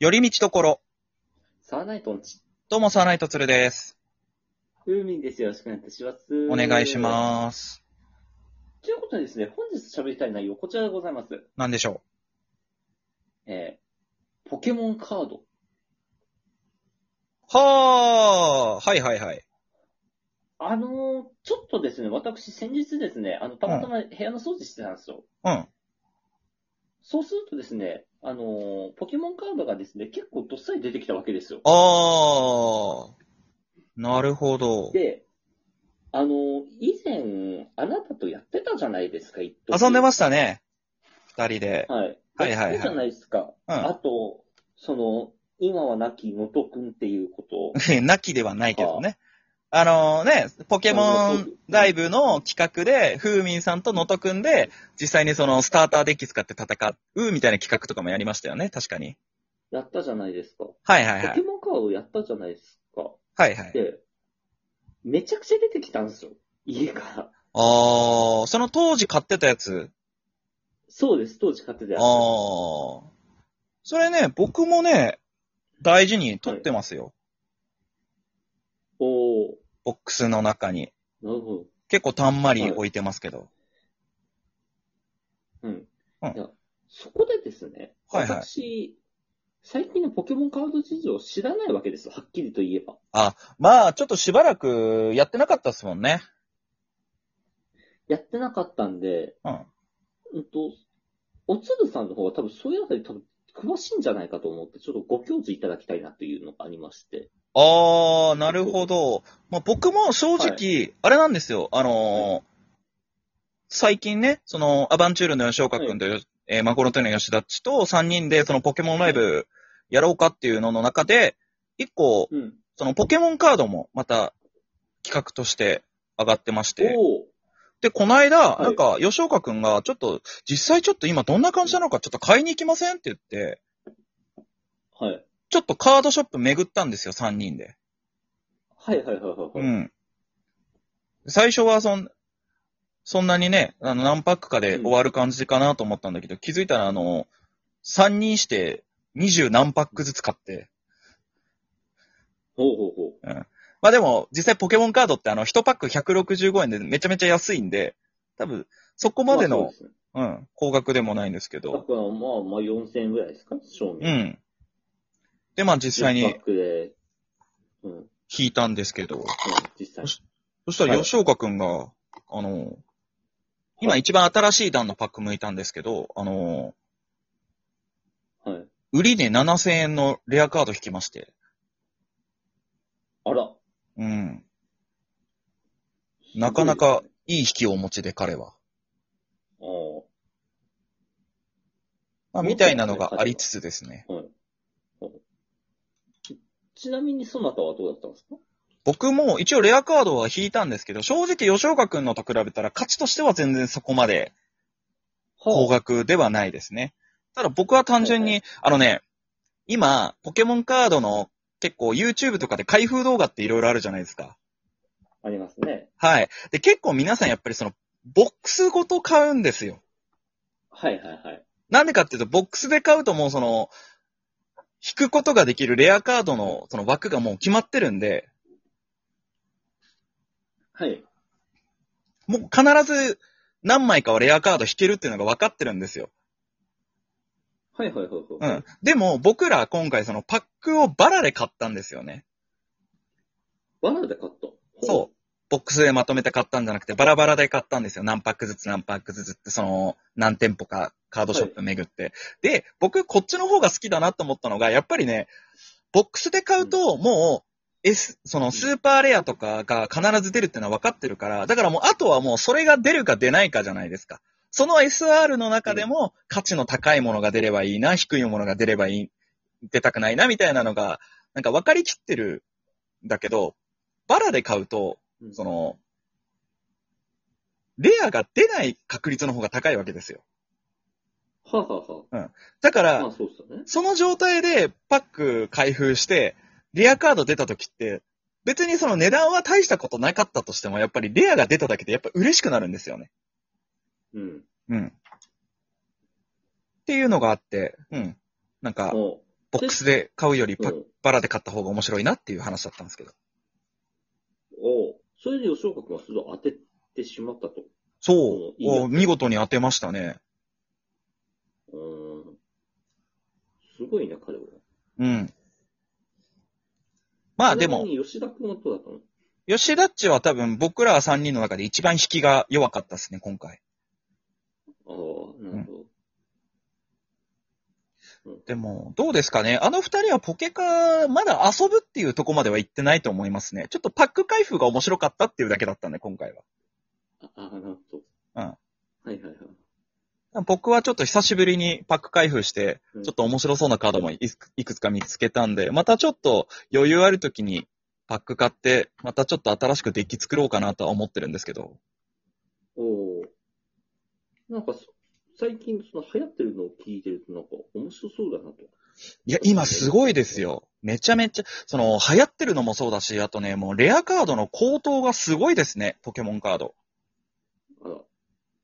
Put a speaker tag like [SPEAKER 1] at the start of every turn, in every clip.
[SPEAKER 1] 寄り道ところ。
[SPEAKER 2] サーナイトンチ、
[SPEAKER 1] どうも、サーナイトツルです。
[SPEAKER 2] ウーミンです。よろしくお願いいたします。
[SPEAKER 1] お願いし
[SPEAKER 2] す。
[SPEAKER 1] ます。
[SPEAKER 2] ということでですね、本日喋りたい内容、こちらでございます。
[SPEAKER 1] なんでしょ
[SPEAKER 2] えー、ポケモンカード。
[SPEAKER 1] う。はーはいはいはい。
[SPEAKER 2] あのー、ちょっとですね、私先日ですね、あの、たまたま部屋の掃除してたんですよ。
[SPEAKER 1] うん。
[SPEAKER 2] そうするとですね、あのー、ポケモンカードがですね、結構どっさり出てきたわけですよ。
[SPEAKER 1] あー。なるほど。
[SPEAKER 2] で、あのー、以前、あなたとやってたじゃないですか、一時
[SPEAKER 1] 遊んでましたね。二人で。
[SPEAKER 2] はい。
[SPEAKER 1] はいはいはい
[SPEAKER 2] やってたじゃないですか。
[SPEAKER 1] う
[SPEAKER 2] あと、その、今は亡きのとくんっていうこと を。
[SPEAKER 1] ん。なきではないけどね。あのね、ポケモンライブの企画で、ふうみんさんとのとくんで、実際にそのスターターデッキ使って戦うみたいな企画とかもやりましたよね、確かに。
[SPEAKER 2] やったじゃないですか。
[SPEAKER 1] はいはい
[SPEAKER 2] ポ
[SPEAKER 1] は
[SPEAKER 2] ケ
[SPEAKER 1] い。
[SPEAKER 2] モンカードやったじゃないですか。
[SPEAKER 1] はいはい。
[SPEAKER 2] で、めちゃくちゃ出てきたんですよ。家から。
[SPEAKER 1] あー、その当時買ってたやつ、
[SPEAKER 2] そうです、当時買ってたやつ。
[SPEAKER 1] ああ。それね、僕もね、大事に取ってますよ。
[SPEAKER 2] おー
[SPEAKER 1] ボックスの中に。
[SPEAKER 2] なるほど。
[SPEAKER 1] 結構たんまり置いてますけど。
[SPEAKER 2] うん。
[SPEAKER 1] うん
[SPEAKER 2] いやそこでですね、
[SPEAKER 1] はいはい
[SPEAKER 2] 私、最近のポケモンカード事情を知らないわけですよ。はっきりと言えば。
[SPEAKER 1] まあ、ちょっとしばらくやってなかったっすもんね。
[SPEAKER 2] やってなかったんで、
[SPEAKER 1] うん。
[SPEAKER 2] うんと、おつるさんの方が多分そういうあたり多分詳しいんじゃないかと思って、ちょっとご教示いただきたいなというのがありまして。
[SPEAKER 1] ああ、なるほど。まあ、僕も正直、
[SPEAKER 2] は
[SPEAKER 1] あれなんですよ。あのー最近ね、その、アバンチュールの吉岡くんと、えーマコロテの吉田っちと3人で、そのポケモンライブやろうかっていうのの中で、一個、
[SPEAKER 2] うん。
[SPEAKER 1] そのポケモンカードもまた企画として上がってまして。
[SPEAKER 2] おー
[SPEAKER 1] で、この間、
[SPEAKER 2] はい
[SPEAKER 1] なんか吉岡くんがちょっと、実際ちょっと今どんな感じなのかちょっと買いに行きませんって言って、
[SPEAKER 2] はい。
[SPEAKER 1] ちょっとカードショップ巡ったんですよ、3人で。
[SPEAKER 2] はいはいはいはい、
[SPEAKER 1] う
[SPEAKER 2] はい
[SPEAKER 1] ん。最初はそん、そんなにね、あの、何パックかで終わる感じかなと思ったんだけど、気づいたらあの、3人して20何パックずつ買って、
[SPEAKER 2] ほうほうほう。
[SPEAKER 1] まあでも、実際ポケモンカードってあの、1パック165円でめちゃめちゃ安いんで、多分、そこまで
[SPEAKER 2] まあ
[SPEAKER 1] の
[SPEAKER 2] そう、すね
[SPEAKER 1] うん、高額でもないんですけ
[SPEAKER 2] だ
[SPEAKER 1] ど、
[SPEAKER 2] からまあまあ4000円ぐらいですか賞味。
[SPEAKER 1] う。ん。で、まあ実際
[SPEAKER 2] バッ
[SPEAKER 1] に
[SPEAKER 2] クで、うん。うん
[SPEAKER 1] 引いたんですけど、
[SPEAKER 2] 実際。
[SPEAKER 1] そしたら吉岡くんが、あの、今一番新しい段のパック向いたんですけど、あの、
[SPEAKER 2] はい。
[SPEAKER 1] 売りで7000円のレアカード引きまして、
[SPEAKER 2] あら。
[SPEAKER 1] うん。なかなかいい引きをお持ちで彼は。
[SPEAKER 2] すご
[SPEAKER 1] まあ、みたいなのがありつつですね。
[SPEAKER 2] いですね。ああ。はい。はいちなみに、そなたはどうだったんですか
[SPEAKER 1] 僕も一応レアカードは引いたんですけど、正直吉岡くんのと比べたら価値としては全然そこまで高
[SPEAKER 2] は
[SPEAKER 1] 額ではないですね。ただ僕は単純
[SPEAKER 2] は
[SPEAKER 1] に、あのね、今、ポケモンカードの結構 YouTube とかで開封動画っていろいろあるじゃないですか。
[SPEAKER 2] あ、ありますね。
[SPEAKER 1] はい。で、結構皆さんやっぱりその、ボックスごと買うんですよ。
[SPEAKER 2] はいはいはい。
[SPEAKER 1] なんでかっていうと、ボックスで買うともうその、引くことができるレアカードのその枠がもう決まってるんで、
[SPEAKER 2] はい。
[SPEAKER 1] もう必ず何枚かはレアカード引けるっていうのが分かってるんですよ。
[SPEAKER 2] はいはいはいはい。
[SPEAKER 1] う
[SPEAKER 2] は
[SPEAKER 1] ん。でも僕ら今回そのパックをバラで買ったんですよね。
[SPEAKER 2] バナナで買った。
[SPEAKER 1] そう。ボックスでまとめて買ったんじゃなくてバラバラで買ったんですよ。何パックずつ何パックずつってその何店舗かカードショップ巡って。で、僕こっちの方が好きだなと思ったのが、やっぱりね、ボックスで買うともう S、そのスーパーレアとかが必ず出るってのは分かってるから、だからもうあとはもうそれが出るか出ないかじゃないですか。その SR の中でも価値の高いものが出ればいいな、低いものが出ればいい、出たくないなみたいなのが、なんか分かりきってるんだけど、バラで買うと、
[SPEAKER 2] う。うん
[SPEAKER 1] その、レアが出ない確率の方が高いわけですよ。
[SPEAKER 2] はあ、はあは
[SPEAKER 1] だか
[SPEAKER 2] あ、ま
[SPEAKER 1] ら
[SPEAKER 2] あ、そうですよね。
[SPEAKER 1] その状態でパック開封して、レアカード出た時って、別にその値段は大したことなかったとしても、やっぱりレアが出ただけでやっぱ嬉しくなるんですよね。
[SPEAKER 2] うん。
[SPEAKER 1] うん。っていうのがあって、うん。なんか、
[SPEAKER 2] も
[SPEAKER 1] ボックスで買うより
[SPEAKER 2] う
[SPEAKER 1] パ
[SPEAKER 2] ん。
[SPEAKER 1] バラで買った方が面白いなっていう話だったんですけど。
[SPEAKER 2] おうそれで吉岡君はそれを当ててしまったと。
[SPEAKER 1] そう
[SPEAKER 2] おいいね
[SPEAKER 1] お見事に当てましたね。
[SPEAKER 2] うーん。すごいね、彼は。
[SPEAKER 1] うん。まあで
[SPEAKER 2] ち
[SPEAKER 1] も
[SPEAKER 2] な、みに吉田君はどうだったの
[SPEAKER 1] 吉田っちは多分僕ら3人の中で一番引きが弱かったですね、今回。
[SPEAKER 2] ああ、なるほど。
[SPEAKER 1] でも、どうですかねあの二人はポケカー、まだ遊ぶっていうとこまでは行ってないと思いますね。ちょっとパック開封が面白かったっていうだけだったんで、今回は。
[SPEAKER 2] ああ、なるほど。
[SPEAKER 1] うん
[SPEAKER 2] はいはいはい。
[SPEAKER 1] 僕はちょっと久しぶりにパック開封して、
[SPEAKER 2] うん
[SPEAKER 1] ちょっと面白そうなカードもいくいくつか見つけたんで、またちょっと余裕ある時にパック買って、またちょっと新しくデッキ作ろうかなとは思ってるんですけど。
[SPEAKER 2] おお。なんかそ、最近その流行ってるのを聞いてるとなんか面白そうだなと。
[SPEAKER 1] いや、今すごいですよ。めちゃめちゃ、その、流行ってるのもそうだし、あとね、もうレアカードの高騰がすごいですね、ポケモンカード。
[SPEAKER 2] あら、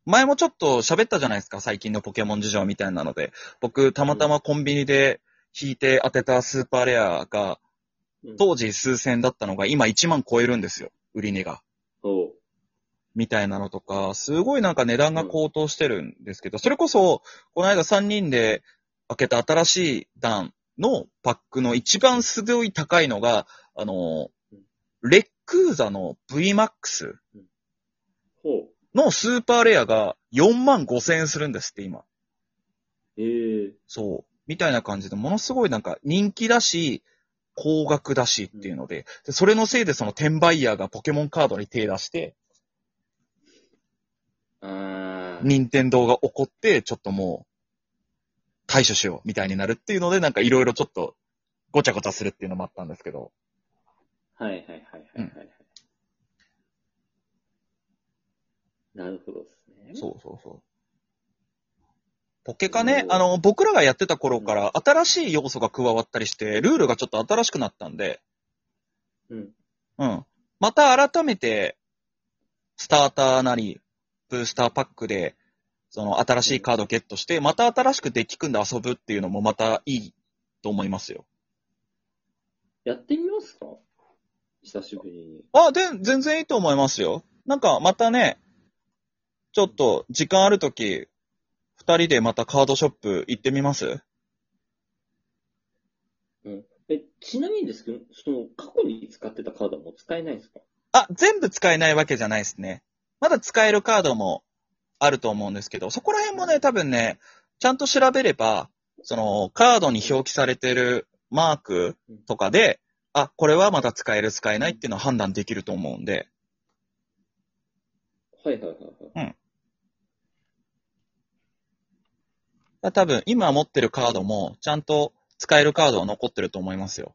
[SPEAKER 1] 前もちょっと喋ったじゃないですか、最近のポケモン事情みたいなので。僕、たまたまコンビニで引いて当てたスーパーレアが、
[SPEAKER 2] うん
[SPEAKER 1] 当時数千だったのが今1万超えるんですよ、売り値が。
[SPEAKER 2] おう
[SPEAKER 1] みたいなのとか、すごいなんか値段が高騰してるんですけど、それこそ、この間3人で開けた新しい段のパックの一番すごい高いのが、あの、レックーザの VMAX
[SPEAKER 2] ほう。
[SPEAKER 1] のスーパーレアが4万5千円するんですって、今。
[SPEAKER 2] ええ
[SPEAKER 1] そう。みたいな感じで、ものすごいなんか人気だし、高額だしっていうので、でそれのせいでその転売ヤーがポケモンカードに手出して、
[SPEAKER 2] あー。
[SPEAKER 1] 任天堂が怒って、ちょっともう、対処しようみたいになるっていうので、なんかいろいろちょっと、ごちゃごちゃするっていうのもあったんですけど。
[SPEAKER 2] はいはいはいはいはいはい。なるほどですね。
[SPEAKER 1] そうそうそう。ポケカね、あの、僕らがやってた頃から新しい要素が加わったりして、ルールがちょっと新しくなったんで、
[SPEAKER 2] うん。
[SPEAKER 1] うん。また改めて、スターターなり、ブースターパックで、その新しいカードをゲットして、また新しくデッキ組んで遊ぶっていうのもまたいいと思いますよ。
[SPEAKER 2] やってみますか久しぶりに。
[SPEAKER 1] あ、で、全然いいと思いますよ。なんか、またね、ちょっと、時間あるとき、二人でまたカードショップ行ってみます
[SPEAKER 2] え、ちなみにですけど、その過去に使ってたカードはもう使えないんですか
[SPEAKER 1] あ、全部使えないわけじゃないですね。まだ使えるカードもあると思うんですけど、そこら辺もね、多分ね、ちゃんと調べれば、その、カードに表記されてるマークとかで、あ、これはまだ使える、使えないっていうのを判断できると思うんで、
[SPEAKER 2] はいはいはいはい。
[SPEAKER 1] 多分今持ってるカードも、ちゃんと使えるカードは残ってると思いますよ。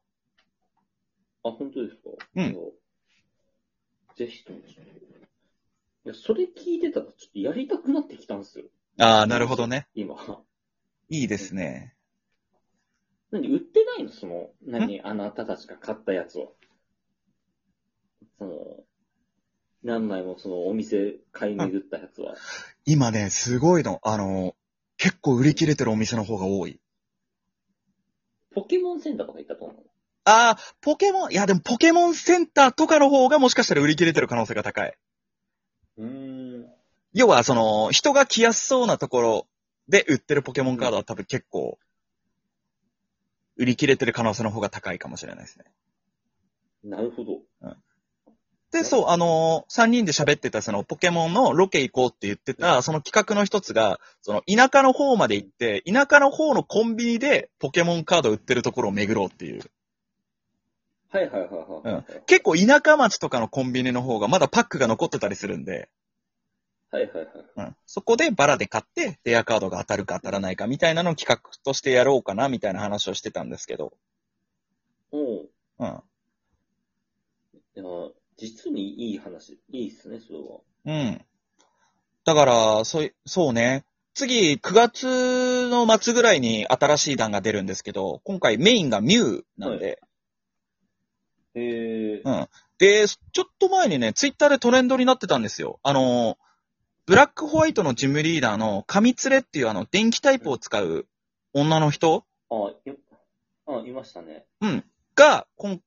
[SPEAKER 2] あ、本当ですか
[SPEAKER 1] うん
[SPEAKER 2] あぜひとも。いや、それ聞いてたら、ちょっとやりたくなってきたんですよ。
[SPEAKER 1] ああ、なるほどね。
[SPEAKER 2] 今。
[SPEAKER 1] いいですね。
[SPEAKER 2] 何、売ってないのその、何、あなたたちが買ったやつを。その、何枚もそのお店買い巡ったやつは。
[SPEAKER 1] 今ね、すごいの。あの、結構売り切れてるお店の方が多い。
[SPEAKER 2] ポケモンセンターとか行ったと思う。
[SPEAKER 1] ああ、ポケモン、いやでもポケモンセンターとかの方がもしかしたら売り切れてる可能性が高い。
[SPEAKER 2] うーん。
[SPEAKER 1] 要は、その、人が来やすそうなところで売ってるポケモンカードは多分結構、売り切れてる可能性の方が高いかもしれないですね。
[SPEAKER 2] なるほど。
[SPEAKER 1] で、そう、あのー、3人で喋ってた、その、ポケモンのロケ行こうって言ってた、その企画の一つが、その、田舎の方まで行って、田舎の方のコンビニでポケモンカード売ってるところを巡ろうっていう。
[SPEAKER 2] はいはいはいはいはい。
[SPEAKER 1] 結構田舎町とかのコンビニの方がまだパックが残ってたりするんで、
[SPEAKER 2] はいはいはい。
[SPEAKER 1] うん、そこでバラで買って、レアカードが当たるか当たらないかみたいなのを企画としてやろうかなみたいな話をしてたんですけど、
[SPEAKER 2] おう
[SPEAKER 1] うん。
[SPEAKER 2] いや、実にいい話、いいっすね、それは。
[SPEAKER 1] うん。だから、そうい、そうね。次、9月の末ぐらいに新しい弾が出るんですけど、今回メインがミュウなんで、
[SPEAKER 2] へえ。
[SPEAKER 1] うん。で、ちょっと前にね、ツイッターでトレンドになってたんですよ。あの、ブラックホワイトのジムリーダーのカミツレっていうあの、電気タイプを使う女の人
[SPEAKER 2] あ、よ、あ見ましたね。
[SPEAKER 1] が、今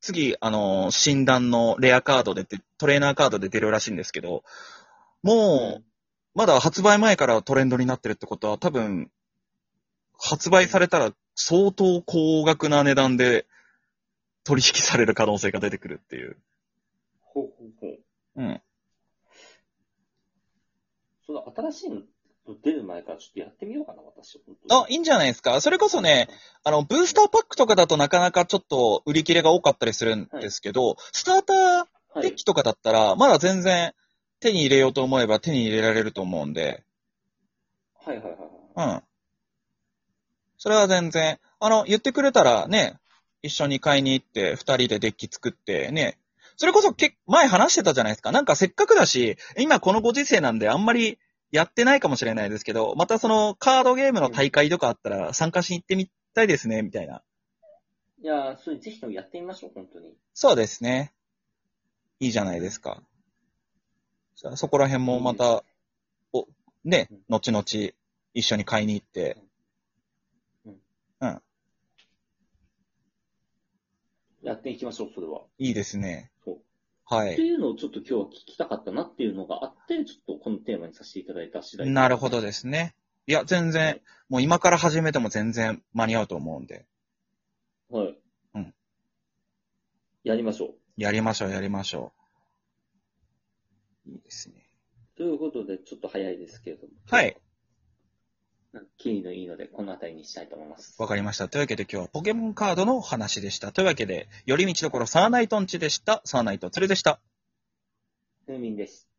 [SPEAKER 1] 次、あのー、診断のレアカードでて、トレーナーカードで出るらしいんですけど、もう、まだ発売前からトレンドになってるってことは、多分、発売されたら相当高額な値段で取引される可能性が出てくるっていう。
[SPEAKER 2] ほうほうほう。
[SPEAKER 1] うん。
[SPEAKER 2] その新しいの出る前からちょっとやってみようかな、私。本当に
[SPEAKER 1] あ、いいんじゃないですか。それこそね、、あの、ブースターパックとかだとなかなかちょっと売り切れが多かったりするんですけど、スターター
[SPEAKER 2] は
[SPEAKER 1] デ
[SPEAKER 2] い
[SPEAKER 1] ッ。キとかだったら、まだ全然手に入れようと思えば手に入れられると思うんで、
[SPEAKER 2] はいはいはいは
[SPEAKER 1] う
[SPEAKER 2] い。
[SPEAKER 1] ん。それは全然、あの、言ってくれたらね、一緒に買いに行って、二人でデッキ作ってね、それこそけ前話してたじゃないですか。なんかせっかくだし、今このご時世なんであんまりやってないかもしれないですけど、またそのカードゲームの大会とかあったら参加しに行ってみたいですね、みたいな。
[SPEAKER 2] いやーそれぜひともやってみましょう、本当に。
[SPEAKER 1] そうですね。いいじゃないですか。じゃあそこら辺もまた、お、ね
[SPEAKER 2] うん、
[SPEAKER 1] 後々一緒に買いに行って。
[SPEAKER 2] やっていきましょう、それは。
[SPEAKER 1] いいですね
[SPEAKER 2] そう。
[SPEAKER 1] は
[SPEAKER 2] って
[SPEAKER 1] い。
[SPEAKER 2] いうのをちょっと今日は聞きたかったなっていうのがあって、ちょっとこのテーマにさせていただいた次第
[SPEAKER 1] なるほどですね。いや、全然、もう今から始めても全然間に合うと思うんで。
[SPEAKER 2] はい。
[SPEAKER 1] うん。
[SPEAKER 2] やりましょう。
[SPEAKER 1] やりましょう、やりましょう。いいですね。
[SPEAKER 2] ということで、ちょっと早いですけれども。
[SPEAKER 1] はい。
[SPEAKER 2] なんかキリのいいので、この辺りにしたいと思います。
[SPEAKER 1] わかりました。というわけで今日はポケモンカードのお話でした。というわけで、寄り道どころサーナイトンチでした。サーナイトツルでした。
[SPEAKER 2] ふうみんです。